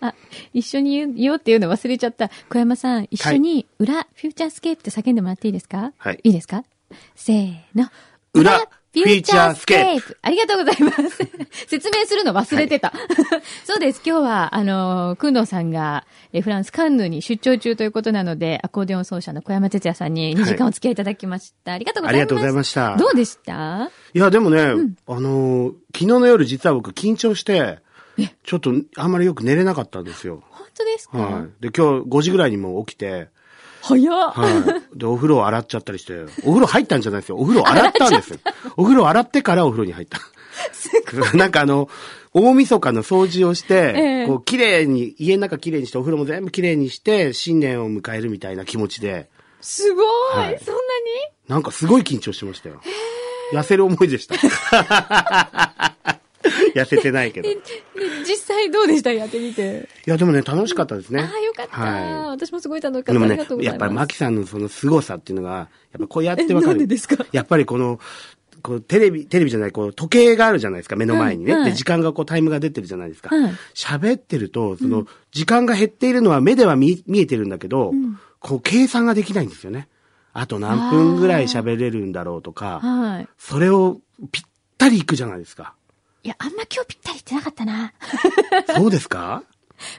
あ、一緒に言う言おうっていうの忘れちゃった。小山さん、一緒に裏、フューチャースケープって叫んでもらっていいですかはいいいですかせーの。裏フューチャースケーププありがとうございます。 説明するの忘れてた。 そうです。今日は、あのー、くんどうさんが、えーフランスカンヌに出張中ということなので、アコーディオン奏者の小山哲也さんに2時間お付き合いいただきました。ありがとうございます。ありがとうございましたどうでしたいや、でもね、あのー昨日の夜実は僕緊張して、ちょっとあんまりよく寝れなかったんですよ。本当ですか、はい。で、今日5時ぐらいにもう起きて、早っ、はい。で、お風呂を洗っちゃったりして、お風呂入ったんじゃないですよ。お風呂洗ったんですよ。お風呂洗ってからお風呂に入った。 なんかあの、大晦日の掃除をして、ええこう、綺麗に、家の中綺麗にして、お風呂も全部綺麗にして、新年を迎えるみたいな気持ちで、すごい、はいそんなになんかすごい緊張してましたよ。痩せる思い でした。痩せてないけど。いで実際どうでしたやってみて。や、でもね、楽しかったですね。ああ、よかった、はい。私もすごい楽しかでった。もありねがとう、ございやます。っぱりマキさんのその凄さっていうのが、やっぱこうやってわえなかんる。でですかやっぱりこの、こうテレビ、テレビじゃない、こう時計があるじゃないですか、目の前にね。うんはいで、時間がこうタイムが出てるじゃないですかはい。喋、ってると、その、時間が減っているのは目では見見えてるんだけど、こう計算ができないんですよね。あと何分ぐらい喋れるんだろうとか。はい。それをぴったりいくじゃないで すか。いや、あんま今日ぴったりいってなかったな。 そうですか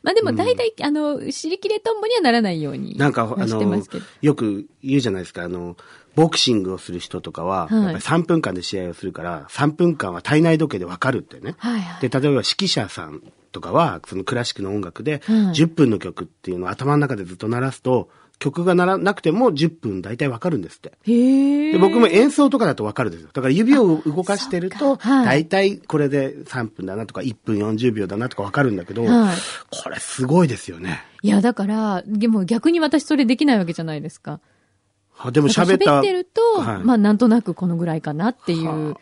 まあでも大体、あの、尻切れとんぼにはならないように。なんか、あしてまのすけど。、よく言うじゃないですか、あの、ボクシングをする人とかはは、いやっぱり3分間で試合をするから、3分間は体内時計でわかるってね。はいはい。で、例えば指揮者さんとかは、そのクラシックの音楽で、はい10分の曲っていうのを頭の中でずっと鳴らすと、曲が鳴らなくても10分大体わかるんですって。へえ。で僕も演奏とかだとわかるんですよ。だから指を動かしてるそうと、かはい大体これで3分だなとか1分40秒だなとかわかるんだけど、はいこれすごいですよね。いや、だから、でも逆に私それできないわけじゃないですか。あでもだから喋った。喋ってると、はいまあなんとなくこのぐらいかなっていう。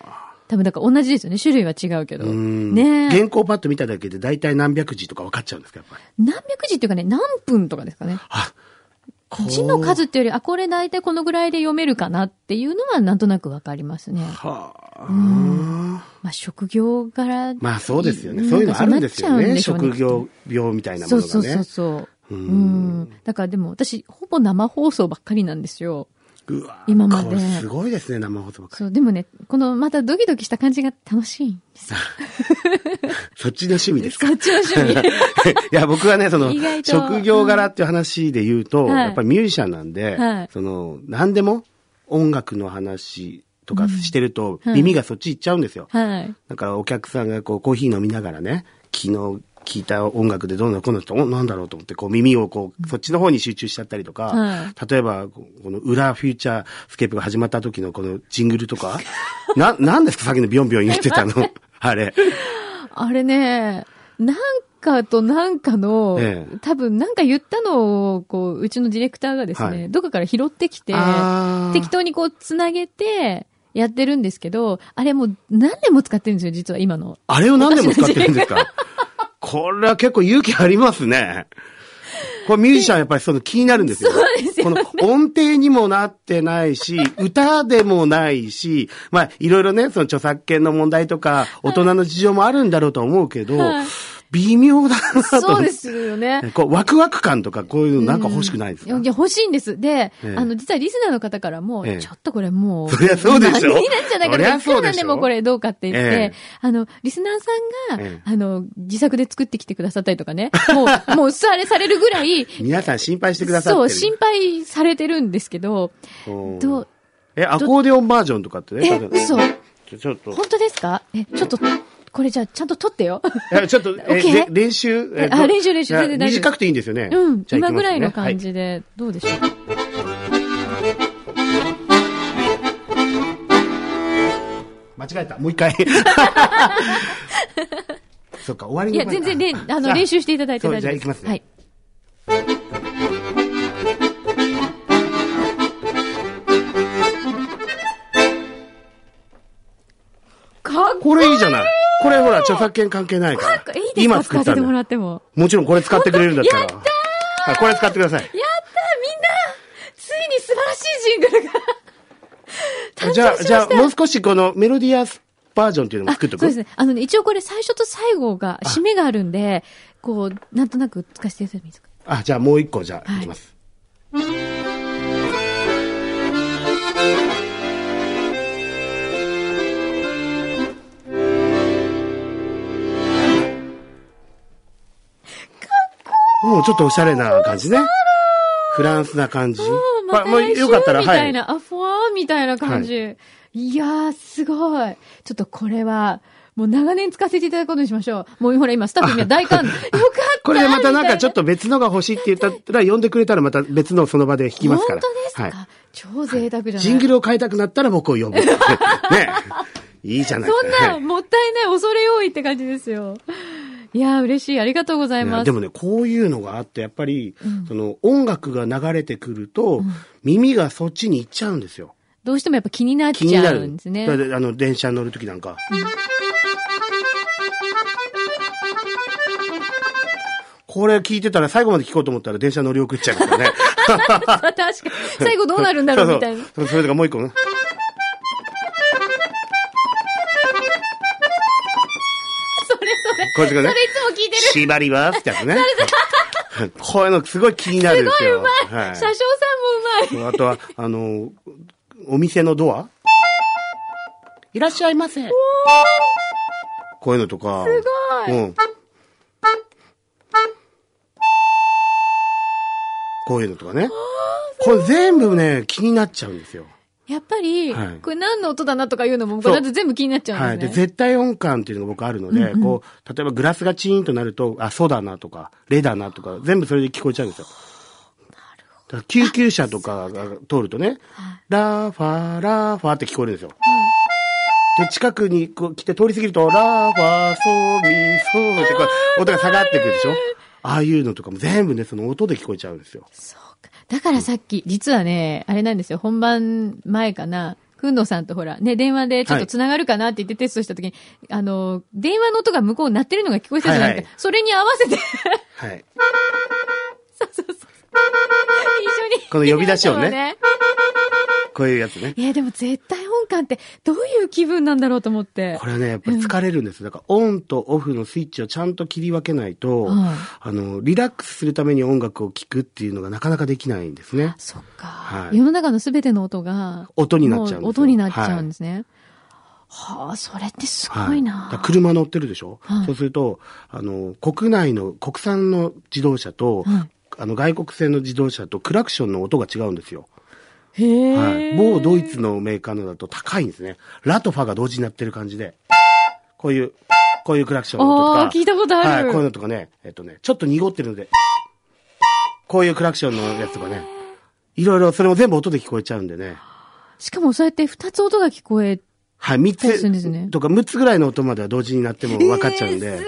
多分だから同じですよね。種類は違うけど。うんねえ。原稿パッと見ただけで大体何百字とかわかっちゃうんですか、やっぱり。何百字っていうかね、何分とかですかね。あ字の数っていうより、あ、これ大体このぐらいで読めるかなっていうのはなんとなくわかりますね。はあ、まあ職業柄。まあそうですよね。そういうのあるんですよね。なんかそうなっちゃうんでしょう職業病みたいなもそのうがね。そうそうそう。うん。だからでも私、ほぼ生放送ばっかりなんですよ。うわ今までこれすごいですね、生放送ばっかりそう、でもね、このまたドキドキした感じが楽しいんです。そっちの趣味ですかそっちの 趣味。いや、僕はね、その意外、と職業柄っていう話で言うと、うんはいやっぱりミュージシャンなんで、はいその、何でも音楽の話とかしてると、うんはい耳がそっち行っちゃうんですよ。はい。だからお客さんがこう、コーヒー飲みながらね、昨日聞いた音楽でどうなのこうなのって、お、なんだろうと思って、こう耳をこう、そっちの方に集中しちゃったりとか、は例えば、ここの裏フューチャースケープが始まった時のこのジングルとか、な、なんですかさっきのビョンビョン言ってた の。あれ。あれね、なんかとなんかの、ええ多分なんか言ったのを、こう、うちのディレクターがですね、はいどこかから拾ってきて、あー適当にこう、つなげて、やってるんですけど、あれもう何年も使ってるんですよ、実は今 の。あれを何年も使ってるんですか これは結構勇気ありますね。これミュージシャンやっぱりその気になるんですよ。そうですよねこの音程にもなってないし、歌でもないし、まあいろいろね、その著作権の問題とか、大人の事情もあるんだろうとは思うけど、はい微妙だなと。そうですよね。こうワクワク感とかこういうのなん か欲しくないでいすか、や、いや欲しいんです。で、ええあの、実はリスナーの方からも、ええちょっとこれもう、そりゃそうでしょ何になっちゃないかそりら、ゃいくそうらでしょでもこれどうかって言って、ええあの、リスナーさんが、ええあの、自作で作ってきてくださったりとかね、もう、 もう、すあれされるぐらい、皆さん心配してくださってそる。う、心配されてるんですけど、うんどう、え、アコーディオンバージョンとかってね。え、例えば嘘ちょちょっと。本当ですかえ、ちょっと、これじゃあちゃんと撮ってよ。いやちょっと、え OK れ練習。えあ練習練習いや全然大丈夫短くていいんですよね。うん、じゃあ今ぐらいのきますね感じで、どうでしょう、はい間違えた。もう 一回。そっか、終わりいのや、場合全然、れんあじゃの、練習していただいて大丈夫です。そうじゃあ行きますねはい。かっここれいいじゃない。これほら、著作権関係ないから。いいですか今使作わったせてんだもらよ。っても。もちろんこれ使ってくれるんだったら。やったはいこれ使ってください。やったーみんなついに素晴らしいジングルが誕生しましたじゃあ、じゃあ、もう少しこのメロディアスバージョンっていうのも作っとそうでくすね。あのね、一応これ最初と最後が、締めがあるんで、こう、なんとなく使していただいてもいいですかあ、じゃあもう一個じゃあ、いきます。もうちょっとおしゃれな感じね。フランスな感じ。あまたもう来週よかったら、みはたいい。な、あ、ふわーみたいな感じ。い、やー、すごい。ちょっとこれは、もう長年使わせていただくことにしましょう。もうほら今、スタッフには大 感動。よかったこれでまたなんかちょっとと別のが欲しいって言ったら、呼んでくれたらまた別のをその場で弾きますから。本当ですか、はい。超贅沢じゃないジングルを変えたくなったら僕を呼ぶ。 ね。いいじゃないそんな、はいもったいない、恐れ多いって感じですよ。いやー、嬉しい。ありがとうございます。でもね、こういうのがあって、やっぱり、その音楽が流れてくると、耳がそっちに行っちゃうんですよ。どうしてもやっぱ気になっ気にちなゃる。うんですね。だからあの、電車乗るときなんか。これ聞いてたら最後まで聞こうと思ったら電車乗り送っちゃいま すよね。 確かに。最後どうなるんだろうみたいな。そうそうそれとかもう一個ね。それそれ。これとかそれいね。つも聞いてる。縛りますってや つね。 こういうのすごい気になるんですよ。うまい。車掌さんもうまい。はい。あとは、あの、お店のドアいらっしゃいませ。こういうのとか。すごい。うん。こういうのとかね。これ全部ね、気になっちゃうんですよ。やっぱり、はいこれ何の音だなとかいうのも、必ず全部気になっちゃはうい。んで、ですね。絶対音感っていうのが僕あるので、こう、例えばグラスがチーンとなると、あ、そうだなとか、レだなとか、全部それで聞こえちゃうんですよ。だから救急車とかが通るとね、ラーファー、ラーファーって聞こえるんですよ。で、近くにこう来て通り過ぎると、ラーファー、ソー、ミー、ソーってこう、音が下がってくるでしょああいうのとかも全部ね、その音で聞こえちゃうんですよ。そうか。だからさっき、実はね、あれなんですよ、本番前かな。くんどさんとほら、ね、電話でちょっはとい繋がるかなって言ってテストした時に、あの、電話の音が向こうに鳴ってるのが聞こえてたじゃないですか。はいはそれに合わ せて、はい。そうそうそう。一緒に。この呼び出しをねねこういうやつね。いや、でも絶対音感ってどういう気分なんだろうと思ってこ。れはね、やっぱり疲れるんですよ。だから、オンとオフのスイッチをちゃんと切り分けないと、はいあの、リラックスするために音楽を聴くっていうのがなかなかできないんですね。そっか、はい世の中のすべての音が。音になっちゃうんですよも音になっちゃうんですね。はあ、それってすごいはな、だから車乗ってるでしょ、はいそうすると、あの、国内の、国産の自動車と、はいあの、外国製の自動車とクラクションの音が違うんですよ。へえ、はい。某ドイツのメーカーのだと高いんですね。ラとファが同時になってる感じで。こういう、こういうクラクションの音とか。あー聞いたことあるはい、こういうのとかね、えっとね、ちょっと濁ってるので、こういうクラクションのやつとかね。いろいろ、それも全部音で聞こえちゃうんでね。しかもそうやって二つ音が聞こえはい、三そうですつ、ねとか六つぐらいの音までは同時になっても分かっちゃうんえーで。すごい、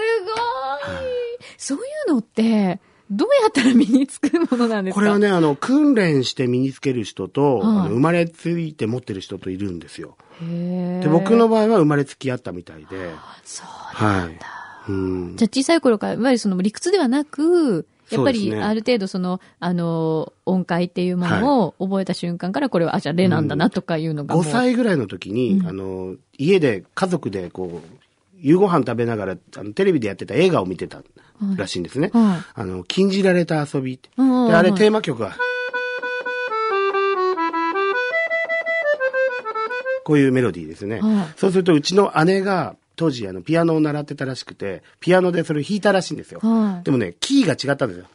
そういうのって、どうやったら身につくものなんですかこれはね、あの、訓練して身につける人はと、いあの生まれついて持ってる人といるんですよ。へえで、僕の場合は生まれつきあったみたいで。そうはい。うん。じゃあ小さい頃から、いわゆるその理屈ではなく、やっぱそうりですねある程度その、あの、音階っていうものを覚えた瞬間から、これは、あ、じゃあ、例なんだなとかいうのがもう。 5歳ぐらいの時に、あの、家で、家族で、こう、夕ご飯食べながら、あの、テレビでやってた映画を見てたらしいんですね。はいあの、禁じられた遊びって。うんうんうんで、あれテーマ曲が、こういうメロディーですね。はいそうすると、うちの姉が、当時、あの、ピアノを習ってたらしくて、ピアノでそれを弾いたらしいんですよ。はいでもね、キーが違ったんですよ。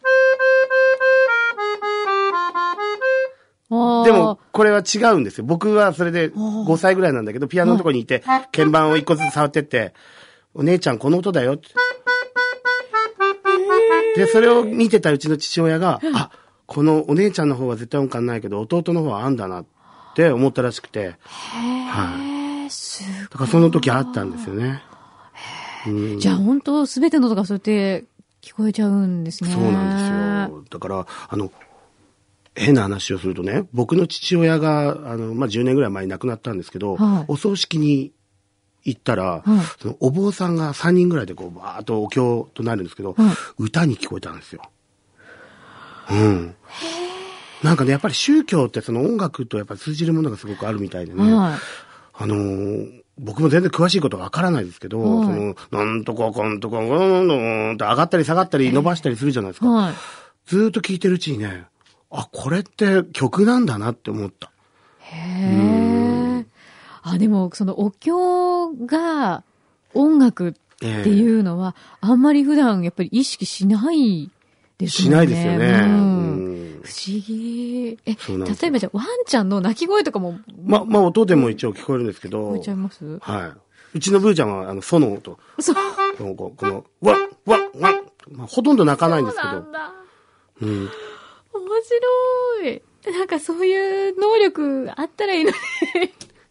あーでも、、これは違うんですよ。僕はそれで5歳ぐらいなんだけど、ピアノのとこにいて、鍵盤を一個ずつ触ってって、お姉ちゃんこの音だよって。で、それを見てたうちの父親が、あ、このお姉ちゃんの方は絶対音感ないけど、弟の方はあんだなって思ったらしくて、はい。へえ、すだからその時あったんですよね。ごい。じゃあ、本当すべての音がそうやって聞こえちゃうんですね。そうなんですよ。だから、あの、変な話をするとね、僕の父親が、あの、まあ、10年ぐらい前に亡くなったんですけど、はいお葬式に行ったら、はいそのお坊さんが3人ぐらいでこう、バーっとお経となるんですけど、はい歌に聞こえたんですよ。うん。なんかね、やっぱり宗教ってその音楽とやっぱり通じるものがすごくあるみたいでね、はあのー僕も全然詳しいことわからないですけど、はいその、なんとかかんとか、うんうんうんって上がったり下がったり伸ばしたりするじゃないですか。はい。ずーっと聴いてるうちにね、あ、これって曲なんだなって思った。へえ。あ、でも、そのお経が音楽っていうのは、あんまり普段やっぱり意識しないですしよね。ないですよね。うんうん不思議。え、そうなんです例よえばじゃあ、ワンちゃんの鳴き声とかもま、まあ音でも一応聞こえるんですけ聞ど、こえちゃいますはい。うちのブーちゃんは、あの、ソの音。そう。この、この、ワン、ワン、ワン。まあ、ほとんど泣かないんですけそうなどん。だ。うん。面白い。なんかそういう能力あったらいいのに。い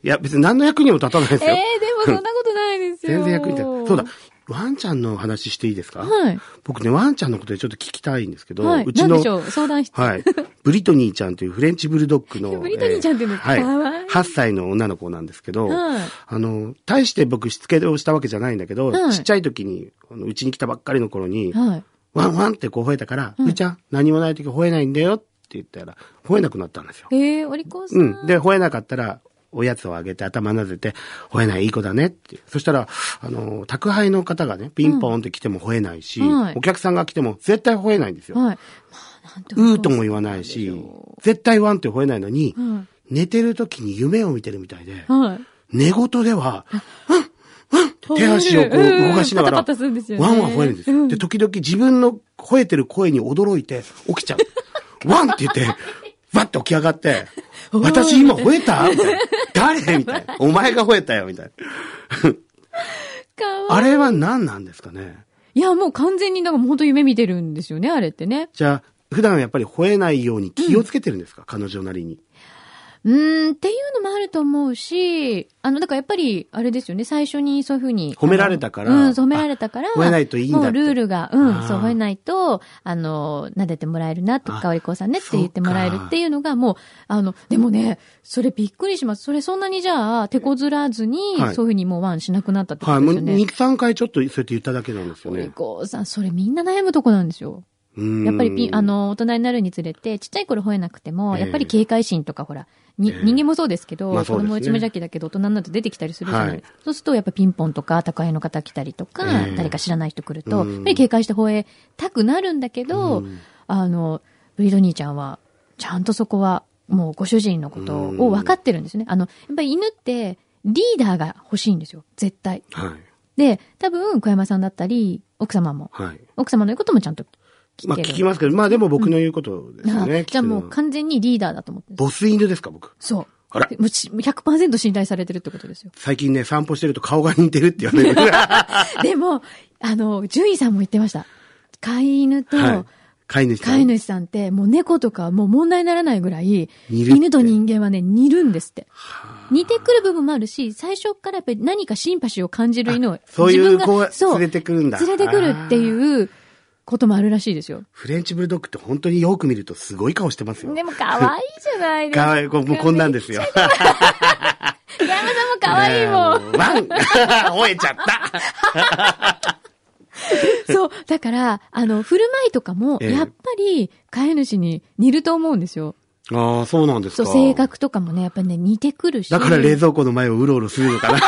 や、別に何の役にも立たないでえすー、でよ。もそんなことないですよ。全然役に立たない。そうだ。。ワンちゃんの話していいですかはい。僕ね、ワンちゃんのことでちょっと聞きたいんですけど、はい。うちなんのでし、ょう相談室。はい。ブリトニーちゃんというフレンチブルドッグ の。ブリトニーちゃんっていうのえーかわはいい。い8歳の女の子なんですけど、はいあの、大して僕しつけをしたわけじゃないんだけど、はいちっちゃい時に、あのうちに来たばっかりの頃に、はい。ワンワンってこう吠えたから、うーちゃん、何もない時吠えないんだよって言ったら、吠えなくなったんですよ。えー、お利口さん。うん。で、吠えなかったら、おやつをあげて頭なでて、吠えないいい子だねって。そしたら、あの、宅配の方がね、ピンポンって来ても吠えないし、うんはいお客さんが来ても絶対吠えないんですよ。はい。まあ、なんてうーとも言わないし、絶対ワンって吠えないのに、うん寝てる時に夢を見てるみたいで、はい。寝言では、手足をこう動かしながら、うんパタパタするんですよねワンワン吠えるんですうよ。んで、時々自分の吠えてる声に驚いて起 きちゃう。ワンって言って、バッと起き上がって、おい私今吠えたみたいな。誰みた いな。お前が吠えたよみたいな。かわあれは何なんですかねいいや、もう完全に、だから本当夢見てるんですよね、あれってね。じゃあ、普段やっぱり吠えないように気をつけてるんですか、彼女なりに。うーん、っていうのもあると思うし、あの、だからやっぱり、あれですよね、最初にそういうふうに。褒められたからあのうん、そう褒められたから。あ吠えないといいんだってもうルールが、うんあ、ーそう、吠えないと、あの、撫でてもらえるなとあか、お利口さんねって言ってもらえるそうかっていうのが、もう、あの、でもね、それびっくりします。それそんなにじゃあ、手こずらずに、はいそういうふうにもうワンしなくなったってこはとい、でもうすよね。 2、3回ちょっとそうやって言っただけなんですよお利ね。口さん、それみんな悩むとこなんですよ。ややっぱりピンあ、の、大人になるにつれて、ちっちゃい頃吠えなくても、ええやっぱり警戒心とか、ほら、に、ええ人間もそうですけど、まあそう子ですね供うち無邪気だけど、大人になると出てきたりするじゃない、はいそうすると、やっぱピンポンとか、宅配の方来たりとか、ええ誰か知らない人来ると、うんやっぱり警戒して吠えたくなるんだけど、うんあの、ブリドニーちゃんは、ちゃんとそこは、もうご主人のことを分かってるんですね。あの、やっぱり犬って、リーダーが欲しいんですよ、絶対。はい。で、多分、小山さんだったり、奥様も、はい。奥様の言うこともちゃんと聞まいあて聞る。きますけど、まあでも僕の言うことですよね。あじゃあも聞うくのは完全にリーダーだと思ってるボス犬ですか、僕。そう。あら。でもうち100%信頼されてるってことですよ最近ね、散歩してると顔が似てるって言われる。 でも、あの、獣医さんも言ってました。飼い犬と、はい。飼い主さん。飼い主さんって、もう猫とかはもう問題にならないぐらい、似るって犬と人間はね、似るんですって。はあ似てくる部分もあるし、最初からやっぱり何かシンパシーを感じる犬を、そうい自う分が子はそう連れてくるんだ。連れてくるってああ。いうこともあるらしいですよ。フレンチブルドッグって本当によく見るとすごい顔してますよで。も可愛いじゃないですか。かわいい、こうもうこんなんで すよ。北山さんも可愛いもん。ねえ。ワン 吠えち ゃったそう。だから、あの、振る舞いとかも、ええやっぱり、飼い主に似ると思うんですよ。ああ、そうなんですそう、か。性。格とかもね、やっぱりね、似てくるし。だから冷蔵蔵庫の前をうろうろするのかな。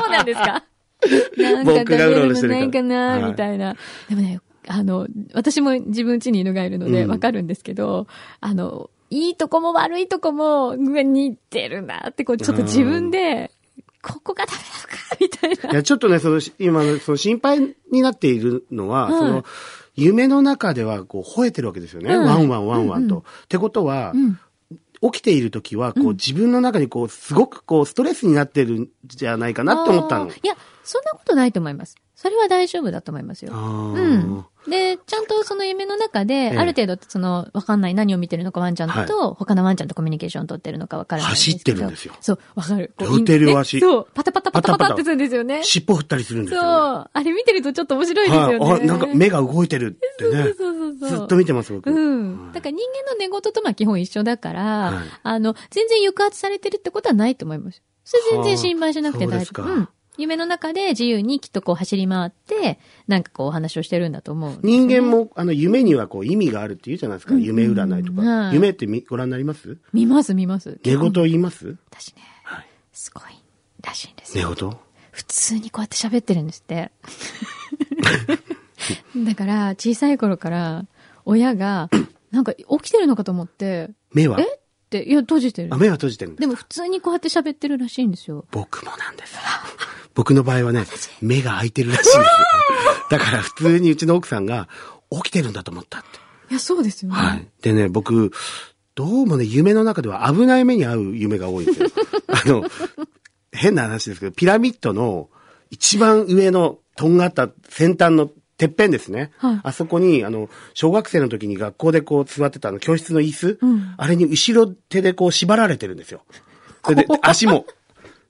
そうなんです かなんか食僕べがうろうろるしのてるからないかな、はいみたいな。でもね、あの、私も自分家に犬がいるので、うんわかるんですけど、あの、いいとこも悪いとこも、うわ似てるなって、こう、ちょっと自分で、ここがダメなのか、みたいいな。や、ちょっとね、その、し今の、その心配になっているのは、はいその、夢の中では、こう、吠えてるわけですよね。うんワンワンワンワンと。うんってことは、うん。起きている時は、こう、自分の中に、こう、すごく、こう、ストレスになってるんじゃないかなって思ったあのー。いや、そんなことないと思います。それは大丈夫だと思いますよ。あうんー。で、ちゃんとその夢の中で、えある程度、その、わかんない、何を見てるのか、ワンちゃんと、他のワンちゃんとコミュニケーションを取ってるのかわからないけど。走ってるんですよそう、わかる。こう両手両ね足そう、パタパタパタパパタタパタってするんですよね。尻尾振ったりするんですそう、よ、ね。あれ見てるとちょっと面白いですよね。はい。あ、なんか目が動いてるってそうね。そうそうそう。ずっと見てます、僕。うん。はいだから人間の寝言とまあ基本一緒だから、はいあの、全然抑圧されてるってことはないと思います。それ全然心配しなくてはあ大そうです丈か夫。ん。夢の中で自由にきっとこう走り回って、なんかこうお話をしてるんだと思う。人間も、あの、夢にはこう、意味があるって言うじゃないですか。うん夢占いとうんはか。い夢ってみご覧になります見ます見ます。寝言言います私ね、はいすごいらしいんです寝よ。言普通にこうやって喋ってるんですって。 だから、小さい頃から、親が、なんか起きてるのかと思って、目はえって、いや、閉じてるあ。目は閉じてるんだでも普通にこうやって喋ってるらしいんですよ。僕もなん です。僕の場合はね、目が開いてるらしいんですよ。だから普通にうちの奥さんが起きてるんだと思ったって。いや、そうですよね。はい。でね、僕、どうもね、夢の中では危ない目に遭う夢が多い んですよ。あの、変な話ですけど、ピラミッドの一番上のとんがった先端のてっぺんですね。はいあそこに、あの、小学生の時に学校でこう座ってたあの教室の椅子、うんあれに後ろ手でこう縛られてるんですよ。それで、で足も。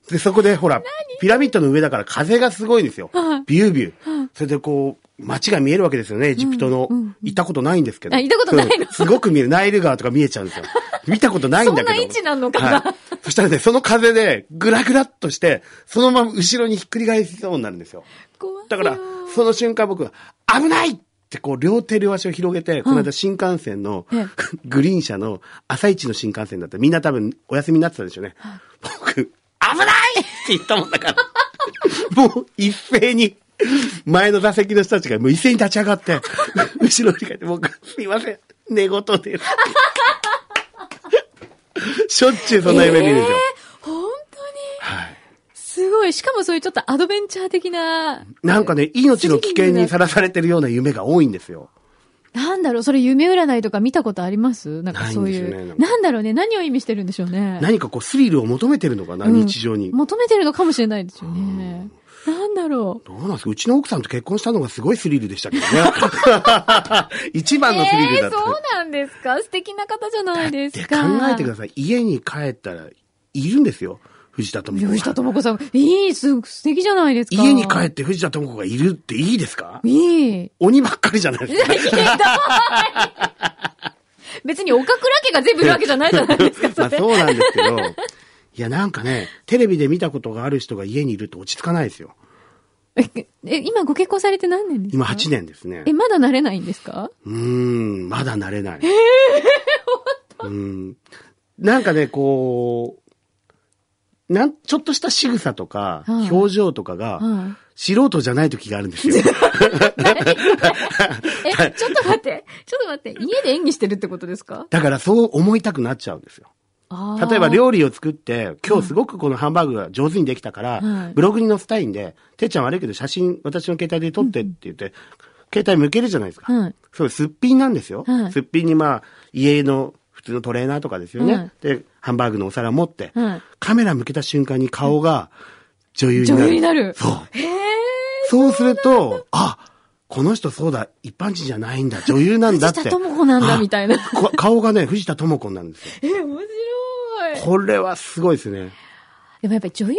で、そこでほら、ピラミッドの上だから風がすごいんですよはい。ビュービュー。それでこう、街が見えるわけですよね、エジプトの。うんうんうん行ったことないんですけど。あ行ったことないのうんすごく見える。ナイル川とか見えちゃうん ですよ。見たことないんだけど。そんな位置なのかなはいそしたらね、その風で、ぐらぐらっとして、そのまま後ろにひっくり返しそうになるんですよ。怖いよだから、その瞬間僕は、危ないってこう、両手両足を広げて、この間新幹線のええ、 グリーン車の朝一の新幹線だった。みんな多分お休みになってたんでしょうね。僕、危ないって言ったもんだから。 もう一斉に、前の座席の人たちがもう一斉に立ち上がって、後ろに帰って、僕、すいません、寝言で。しょっちゅうそんな夢見るんですよ。えー本当にはい。すごい。しかもそういうちょっとアドベンチャー的な、なんかね、命の危険にさらされてるような夢が多いんですよ。なんだろう、それ夢占いとか見たことありますなんかそういないんですよう。ねなんだろうね、何を意味してるんでしょうね。何かこうスリルを求めてるのかな、うん日常に。求めてるのかもしれないですよね。なんだろう。どうなんですかうちの奥さんと結婚したのがすごいスリルでしたけ どね。 一番のスリルえーだった。そうなんですか素敵な方じゃないですで考か。えてください。家に帰ったら、いるんですよ。藤田智子が。吉田智子さん、いい、す素敵じゃないですか。。家に帰ってて藤田智子がいるっていいですかいい。 鬼ばっかりじゃないですか。ひどい別に岡倉家が全部いるわけじゃないじゃない ですか、そまあれ。そうなんですけど。いや、なんかね、テレビで見たことがある人が家にいると落ち着かないですよ。 え、今ご結婚されて何年ですか今8年ですね。え、まだ慣れないんですかうーん、まだ慣れない。ええうん。なんかね、こう、なん、ちょっとした仕草とか、はい表情とかが、は素人じゃない時があるんで すよ。い。え、ちょっと待って。ちょっと待って。家で演技してるってことですかだからそう思いたくなっちゃうんですよ。あー例えば料理を作って、今日すごくこのハンバーグが上手にできたから、はいブログに載せたいんで、てっちゃん悪いけど写真私の携帯で撮ってって言って、携帯向けるじゃないですか。はいそう、すっぴんなんですよ。はいすっぴんにまあ、家の普通のトレーナーとかですよね。はいで、ハンバーグのお皿持って、はいカメラ向けた瞬間に顔が女優になる。女優になるそう。へえ。そうすると、あ、この人そうだ、一般人じゃないんだ、女優なんだって。藤田智子なんだあみたいなこ顔がね、藤田智子になるんですよ。え、面白い。これはすごいですね。でもやっぱり女優さ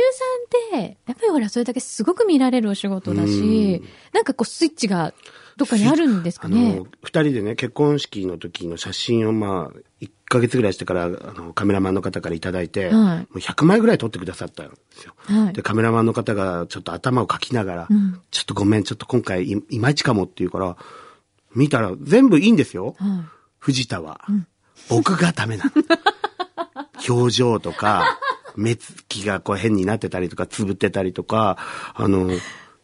んって、やっぱりほら、それだけすごく見られるお仕事だし、なんかこう、スイッチがどっかにあるんですかあねの。、二人でね、結婚式の時の写真をまあ、一ヶ月ぐらいしてから、あの、カメラマンの方からいただいて、はいもう100枚ぐらい撮ってくださったんですよ。はいで、カメラマンの方がちょっと頭をかきながら、んちょっとごめん、ちょっと今回いいまいちかもって言うから、見たら全部いいんですよ。はい藤田は、僕がダメなの。 表情とか、目つきがこう変になってたりとか、つぶってたりとか、あの、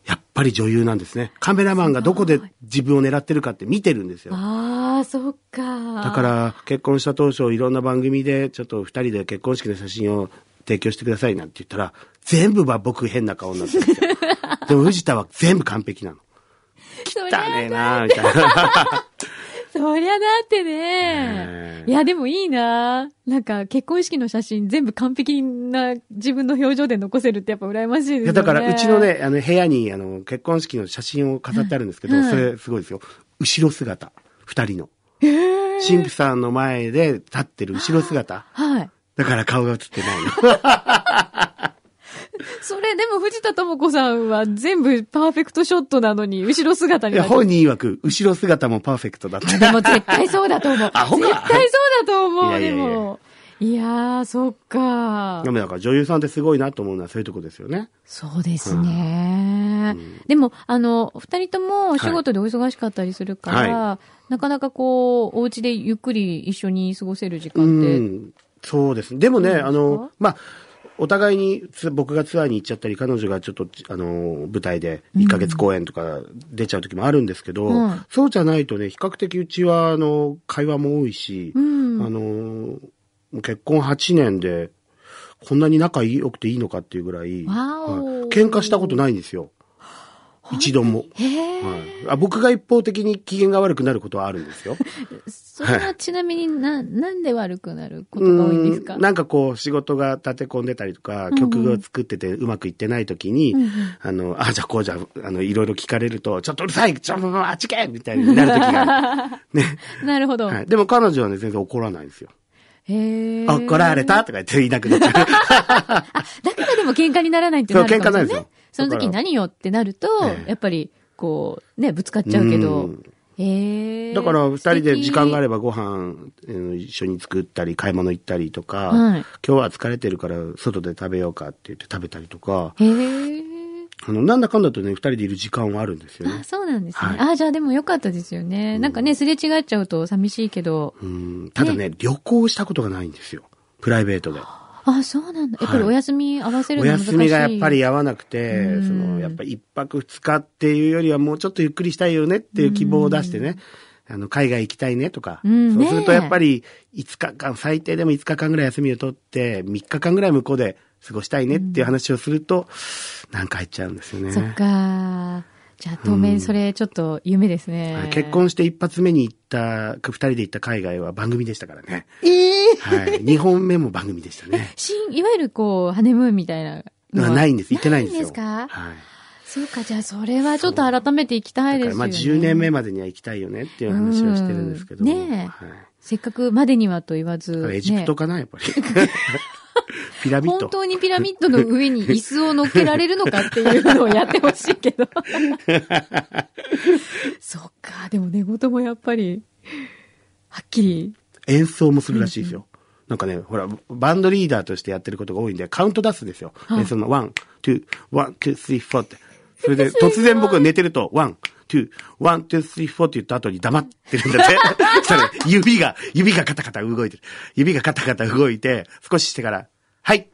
やっぱり女優なんですね。カメラマンがどこで自分を狙ってるかって見てるんですよ。ああ、そっか。だか、ら、結婚した当初、いろんな番組で、ちょっと二人で結婚式の写真を提供してくださいなんて言ったら、全部は僕変な顔になってるん ですよ。でも藤田は全部完璧なの。そりゃだねえなみたいな。そりゃだってねね。えいや、でもいいな。なんか、結婚式の写真全部完璧な自分の表情で残せるってやっぱ羨ましいですいよやね。だから、うちの。ね、あの、部屋に、あの、結婚式の写真を飾ってあるんですけど、はいそれ、すごいですよ。後ろ姿。二人の。神父さんの前で立ってる後ろ姿。はい。だから顔が映って ないの。それ、でも藤田智子さんは全部パーフェクトショットなのに、後ろ姿いになや、っちゃう本人曰く、後ろ姿もパーフェクトだった。でも絶対そうだと思 う。アホか絶対そうだと思う、 いやでいやいやも。いやー、そっかで。もだから女優さんってすごいなと思うのはそういうとこですよね。そうですね。でも、あの、お二人ともお仕事でお忙しかったりするから、はなかなかこう、お家でゆっくり一緒に過ごせる時う間って。ん。そうですね。でもね、うんあの、まあ、お互いにつ僕がツアーに行っちゃったり、彼女がちょっと、あのー、舞台で1ヶ月公演とか出ちゃう時もあるんですけど、うんそうじゃないとね、比較的うちは、あの、会話も多いし、うんあのー、もう結婚8年で、こんなに仲良くていいのかっていうぐらい、わおはい喧嘩したことないんですよ。一度も。へえ、はい、あ僕が一方的に機嫌が悪くなることはあるんですよ。それはちなみにな、なんで悪くなることが多いんですかうんなんかこう、仕事が立て込んでたりとか、曲を作っててうまくいってない時に、んうんあの、あ、じゃあこうじゃ、あの、いろいろ聞かれると、ちょっとうるさいちょっとあっちけみたいになる時があなるほど。る、はい。でも彼女はね、全然怒らないんですよ。へえ。怒られたとか言って言いなくなっちゃう。だからでも喧嘩にならないってなるかもしれない、ね。そう喧嘩なんですよその時だから何よってなると、ええやっぱり、こう、ね、ぶつかっちゃうけうどん。へえ。だから、二人で時間があれればご飯、えー一緒に作ったり、買い物行ったりとか、はい今日は疲れてるから、外で食べようかって言って食べたりとば。か、へえ。あの、なんだかんだとね、二人でいる時間はあるんですよねあ、。そうなんですね。はいあ、じゃあでもよかったですよね。なんかね、すれ違っちゃうと寂しいけど。うんただね、旅行したことがないんですよ。プライベートで。あ、そうなんだ。やっぱりはいお休み合わせるおの難しい。休みがやっぱり合わなくてう、んその、やっぱ一泊二日っていうよりはもうちょっとゆっくりしたいよねっていう希望を出してね、あの、海外行きたいねとか、うんそうねするとやっぱり5日間、最低でも5日間ぐらい休みを取って、3日間ぐらい向こうで過ごしたいねっていう話をすると、なんか入っちゃうんですよそっね。か。じゃあ当面それちょっと夢ですはね。い結婚して一発目に行った、二人で行った海外は番組でしたからね。ええ。はい。二本目も番組でしたね新、いわゆるこう、ハネムーンみたいなのは。ないんです。行ってないんですよ。かはい。そうか、じゃあそれはちょっと改めて行きたいだでかすらよね。まあ10年目までには行きたいよねっていう話をしてるんですけど。うんねえはい。せっかくまでにはと言わず。だからエジプトかな、やっぱり。 ピラミッ本ド。当にピラミッドの上に椅子を乗っけられるのかっていうのをやってほしいけ ど。そっか、でも寝言もやっぱり、はっきり。演奏もするらしいですよ。なんかね、ほら、バンドリーダーとしてやってることが多いんで、カウント出すんですよ。い演奏のワン、ツー、ワン、ツー、スリー、フォーって。それで、突然僕が寝てると、ワン、ツー、ワン、ツー、スリー、フォーって言った後に黙ってるん だって。そしたら、指が、指がカタカタ動いてる。指がカタカタ動いて、少ししてから、はい。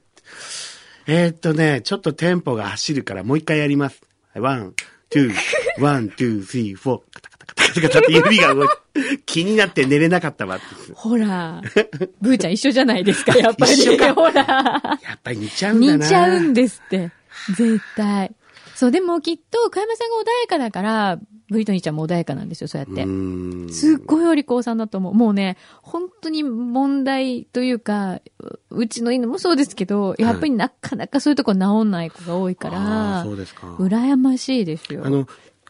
えーっとね、ちょっとテンポが走るから、もう一回やります。ワン、ツー、ワン、ツー、スリー、フォー。カタカタカタカタカタって指が動いて、気になって寝れなかったわって。ほら、ブーちゃん一緒じゃないです か、やっぱり。一緒かほら、やっぱり似ちゃうんだな。似ちゃうんですって。絶対。そう、でもきっと、加山さんが穏やかだから、ブリトニーちゃんも穏やかなんですよ、そうやって。うーんすっごいお利口さんだと思う。もうね、本当に問題というか、ううちの犬もそうですけど、やっぱりなかなかそういうとこ治んない子が多いかあーら、そうですか羨ましいですよ。あの、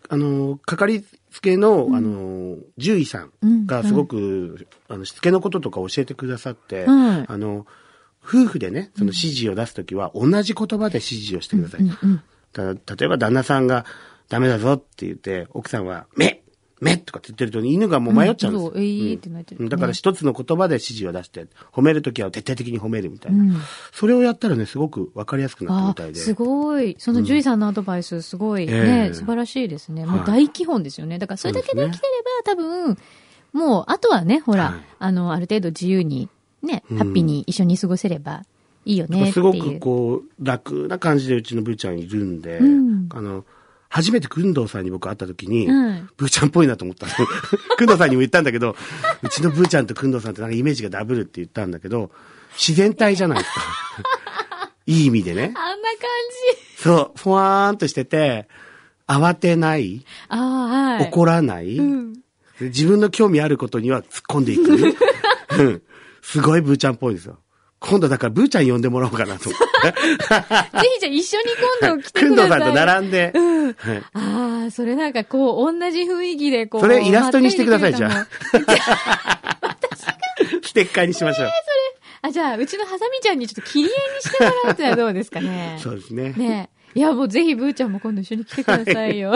あの、かかりつけの、あの、獣医さんがすごく、あの、しつけのこととか教えてくださって、はいあの、夫婦でね、その指示を出すときは、同じ言葉で指示をしてください。た例えば、旦那さんが、ダメだぞって言って、奥さんは、目目とかって言ってると、犬がもう迷っちゃうんですよ。そうえいってなっちゃううんだから一つの言葉で指示を出して、褒めるときは徹底的に褒めるみたいな。うんそれをやったらね、すごくわかりやすくなっあたみたいで。すごい。その獣医さんのアドバイス、すごい、ね、ええ素晴らしいですね。もうはい大基本ですよね。だからそれだけでそうきですてれば、多分、もう、あとはね、ほら、はいあの、ある程度自由に、ね、うんハッピーに一緒に過ごせればいいよねってすいう。ごくこう、楽な感じでうちのブーちゃんいるんで、うんあの、初めて工藤さんに僕会った時に、うんブーちゃんっぽいなと思ったの。 工藤さんにも言ったんだけど、うちのブーちゃんと工藤さんってなんかイメージがダブルって言ったんだけど、自然体じゃないですか。 いい意味でね。あんな感じ。そう、ふわーんとしてて、慌てない、ああ、はい。怒らない、うん自分の興味あることには突っ込んで いく。うんすごいブーちゃんっぽいんですよ。今度だからブーちゃん呼んでもらおうかなと思って。ぜひじゃあ一緒に今度来てくんくどださうさい。んと並んで。はいああ、それなんかこう、同じ雰囲気でこう。それイラストにしてください、まっじたゃりできるあかも。ステッカーにしましょう。。あ、じゃあ、うちのハサミちゃんにちょっと切り絵にしてもらうってのはどうですかね そうですね。ねえ。いや、もうぜひ、ブーちゃんも今度一緒に来てくださ いよ。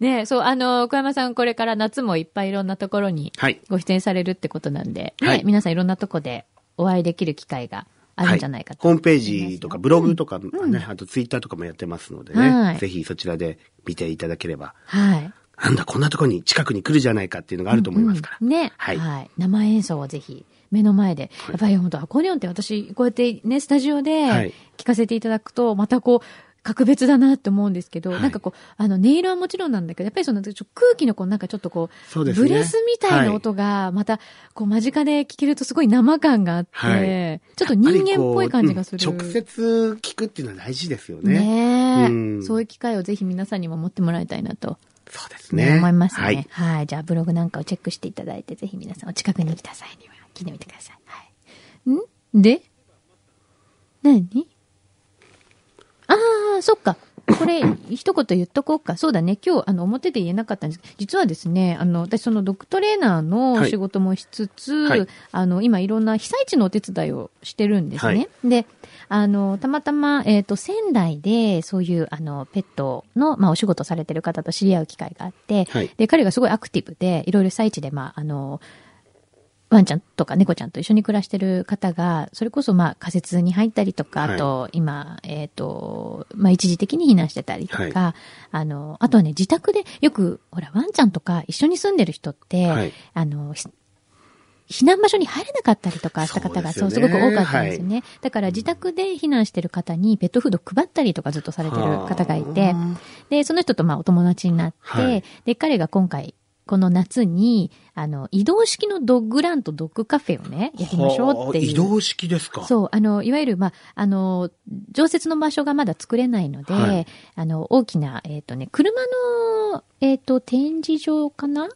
ねえ、そう、あの、小山さんこれから夏もいっぱいいろんなところにはいご出演されるってことなんで、ねはい皆さんいろんなとこでお会いできる機会があるんじゃないかと。ホームページとかブログとかね、あとツイッターとかもやってますのでね、はいぜひそちらで見ていただければ、はい。なんだこんなとこに近くに来るじゃないかっていうのがあると思いますから。ね。はいはい。生演奏をぜひ、目の前で。やっぱり本当アコーディオンって私、こうやってね、スタジオはでい聞かせていただくと、またこう、格別だなって思うんですけど、はいなんかこう、あの、音色はもちろんなんだけど、やっぱりその、ちょっと空気のこう、なんかちょっとこう、そうですブねレスみたいな音が、また、こう、間近で聞けるとすごい生感があって、はいちょっと人間っぽい感じがする。やっぱりこううん直接聞くっていうのは大事ですよね。ねえ、うんそういう機会をぜひ皆さんにも持ってもらいたいなと、そうですね。思いますね。ははいい。。じゃあ、ブログなんかをチェックしていただいて、ぜひ皆さんお近くに来た際には聞いてみてください。はい。んで何ああ、そっか。これ、一言言っとこうか。そうだね。今日、あの、表で言えなかったんですけど、実はですね、あの、私、その、ドッグトレーナーのはい仕事もしつつ、はいあの、今、いろんな被災地のお手伝いをしてるんですね。はいで、あの、たまたま、えっ、と、仙台で、そういう、あの、ペットの、まあ、お仕事されてる方と知り合う機会があって、はいで、彼がすごいアクティブで、いろいろ被災地で、まあ、あの、ワンちゃんとか猫ちゃんと一緒に暮らしてる方が、それこそまあ仮設に入ったりとか、はいあと今、えっ、と、まあ一時的に避難してたりとか、はあの、あとはね、自宅でよく、ほら、ワンちゃんとか一緒に住んでる人って、はいあの、ひ避難場所に入れなかったりとかした方が、そそううすですごよねく多かったんですよね。だから自宅で避難してる方にペットフード配ったりとかずっとされてる方がいて、はで、その人とまあお友達になって、はいで、彼が今回、この夏に、あの、移動式のドッグランとドッグカフェをね、あやりましょうっていう。移動式ですか。そう、あの、いわゆる、まあ、あの、常設の場所がまだ作れないので、はいあの、大きな、えっ、とね、車の、えっ、と、展示場かなう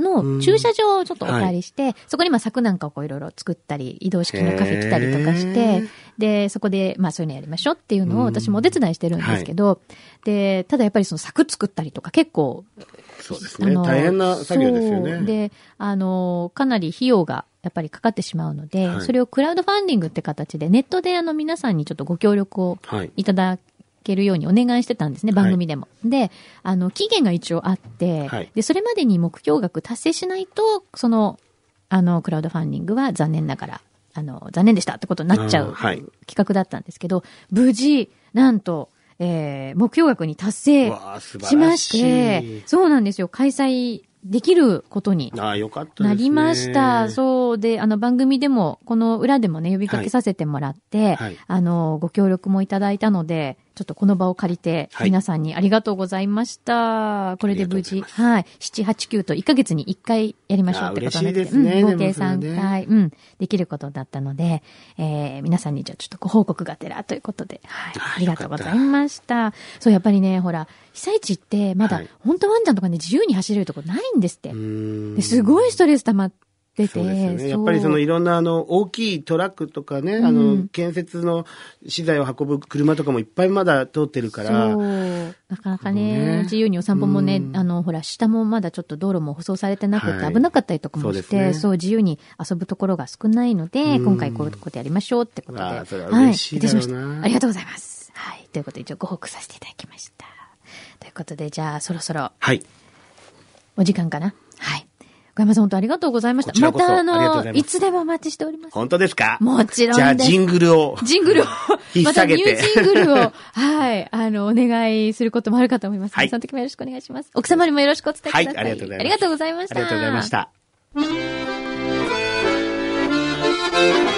のん駐車場をちょっとお借りして、そこにまあ柵なんかをこういろいろ作ったり、移動式のカフェ来たりとかしへてー、で、そこでまあそういうのやりましょうっていうのをうん私もお手伝いしてるんですけど、で、ただやっぱりその柵作ったりとか結構そうですね。大変な作業ですよそうね。で、あの、かなり費用がやっぱりかかってしまうので、はいそれをクラウドファンディングって形で、ネットであの皆さんにちょっとご協力をはい。いただけるようにお願いしてたんですね、はい番組でも。で、あの、期限が一応あって、はいで、それまでに目標額達成しないと、その、あの、クラウドファンディングは残念ながら、あの、残念でしたってことになっちゃうんうはい企画だったんですけど、無事、なんと、えー目標額に達成わあ素し晴まらししい。て、そうなんですよ、開催できることにああ、よかったですね。なりました。そうで、あの番組でも、この裏でもね、呼びかけさせてもらって、はいあの、ご協力もいただいたので、ちょっとこの場を借りて、はい皆さんにありがとうございました。これで無あり事、がとうごはい。7、8、9と1ヶ月に1回やりましょうってことになって、あ嬉しいですねうん、合計でもそれね3回、うん、できることだったので、えー、皆さんにじゃあちょっとご報告がてらということで、はい。あありがとうございました。そう、やっぱりね、ほら、被災地ってまだ、はい本当ワンちゃんとかね、自由に走れるとこないんですって。でですごいストレス溜まってて。そうですよね。やそうっぱりそのいろんなあの大きいトラックとかね、あうのん建設の資材を運ぶ車とかもいっぱいまだ通ってるから、そうなかなかねね、自由にお散歩もねう、んあの、ほら、下もまだちょっと道路も舗装されてなくはてい危なかったりとかもしそうですて、ねそう、自由に遊ぶところが少ないので、うん今回こういうことやりましょうってことで。あーそれははい嬉しいだろうなはいありがとうございます。はい。ということで、一応ご報告させていただきました。ということで、じゃあ、そろそろはい。お時間かな。はい。小山さん、本当ありがとうございました。こちらまこそた、あありがとうごの、ざいますいつでもお待ちしております。本当ですかもちろんですじゃあジングルを。ジングルを、引っまたニ提ュげてージングルを、はい、あの、お願いすることもあるかと思います。はいその時もよろしくお願いします。奥様にもよろしくお伝えくだはさい。い、ありがとうございます。ありがとうございました。ありがとうございまし「た。